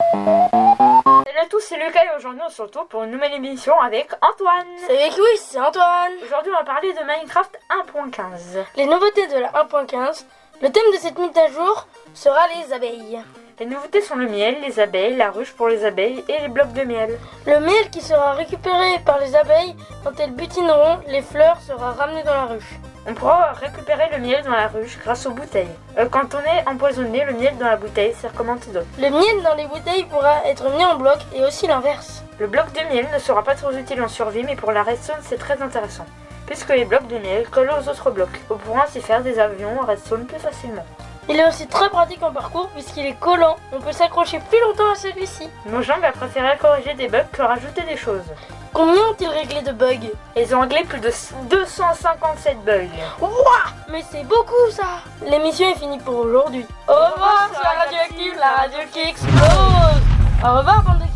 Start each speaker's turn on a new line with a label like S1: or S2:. S1: Salut à tous, c'est Lucas et aujourd'hui on se retrouve pour une nouvelle émission avec Antoine.
S2: Salut Louis, c'est Antoine.
S1: Aujourd'hui on va parler de Minecraft 1.15.
S2: Les nouveautés de la 1.15. Le thème de cette mise à jour sera les abeilles.
S1: Les nouveautés sont le miel, les abeilles, la ruche pour les abeilles et les blocs de miel.
S2: Le miel qui sera récupéré par les abeilles quand elles butineront les fleurs sera ramené dans la ruche.
S1: On pourra récupérer le miel dans la ruche grâce aux bouteilles. Euh, quand on est empoisonné, le miel dans la bouteille sert comme antidote.
S2: Le miel dans les bouteilles pourra être mis en bloc et aussi l'inverse.
S1: Le bloc de miel ne sera pas trop utile en survie, mais pour la redstone c'est très intéressant. Puisque les blocs de miel collent aux autres blocs, on pourra ainsi faire des avions en redstone plus facilement.
S2: Il est aussi très pratique en parcours puisqu'il est collant, on peut s'accrocher plus longtemps à celui-ci.
S1: Nos gens va préférer corriger des bugs que rajouter des choses.
S2: Combien ont-ils réglé de bugs
S1: Ils ont réglé plus de 257 bugs.
S2: Ouah Mais c'est beaucoup ça L'émission est finie pour aujourd'hui. Au revoir sur la radioactive, la radio qui explose Au revoir bande de